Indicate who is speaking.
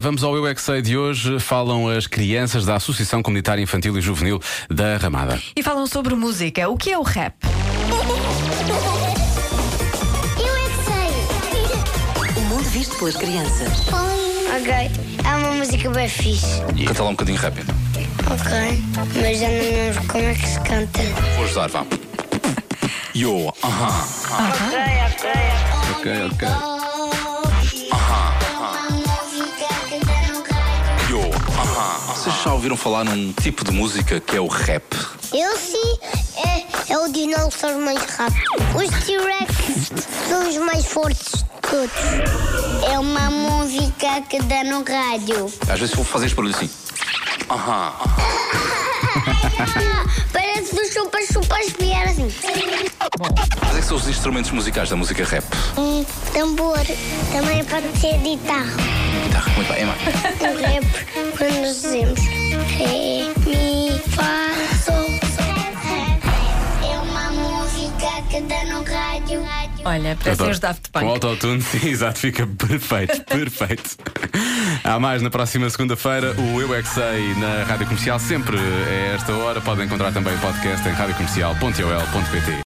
Speaker 1: Vamos ao Eu é que Sei de hoje. Falam as crianças da Associação Comunitária Infantil e Juvenil da Ramada.
Speaker 2: E falam sobre música. O que é o rap?
Speaker 3: Eu é que sei.
Speaker 4: O mundo visto pelas crianças.
Speaker 3: Ok, é uma música bem fixe.
Speaker 5: Canta lá um bocadinho rápido.
Speaker 3: Ok, mas já não lembro como é que se canta.
Speaker 5: Vou ajudar, vá. Yo, aham. Ok, ok. Yo, aham. Vocês já ouviram falar num tipo de música que é o rap?
Speaker 3: Eu sim, é, é o dinossauro mais rápido. Os T-Rex são os mais fortes de todos. É uma música que dá no rádio.
Speaker 5: Às vezes vou fazer este barulho assim. Aham.
Speaker 3: Parece do chupa-chupa espiar assim.
Speaker 5: Mas é que são os instrumentos musicais da música rap.
Speaker 3: Um tambor também pode ser guitarra.
Speaker 5: Guitarra, muito bem, Emma.
Speaker 3: O rap, quando nós dizemos Ré, Mi, Fá, Sol. É uma música que dá no rádio.
Speaker 2: Olha, parecem os Daft
Speaker 1: Com
Speaker 2: Punk.
Speaker 1: autotune, sim, exato, fica perfeito, perfeito. Há mais na próxima segunda-feira. O Eu é que Sei na Rádio Comercial sempre é esta hora. Podem encontrar também o podcast em radiocomercial.ol.pt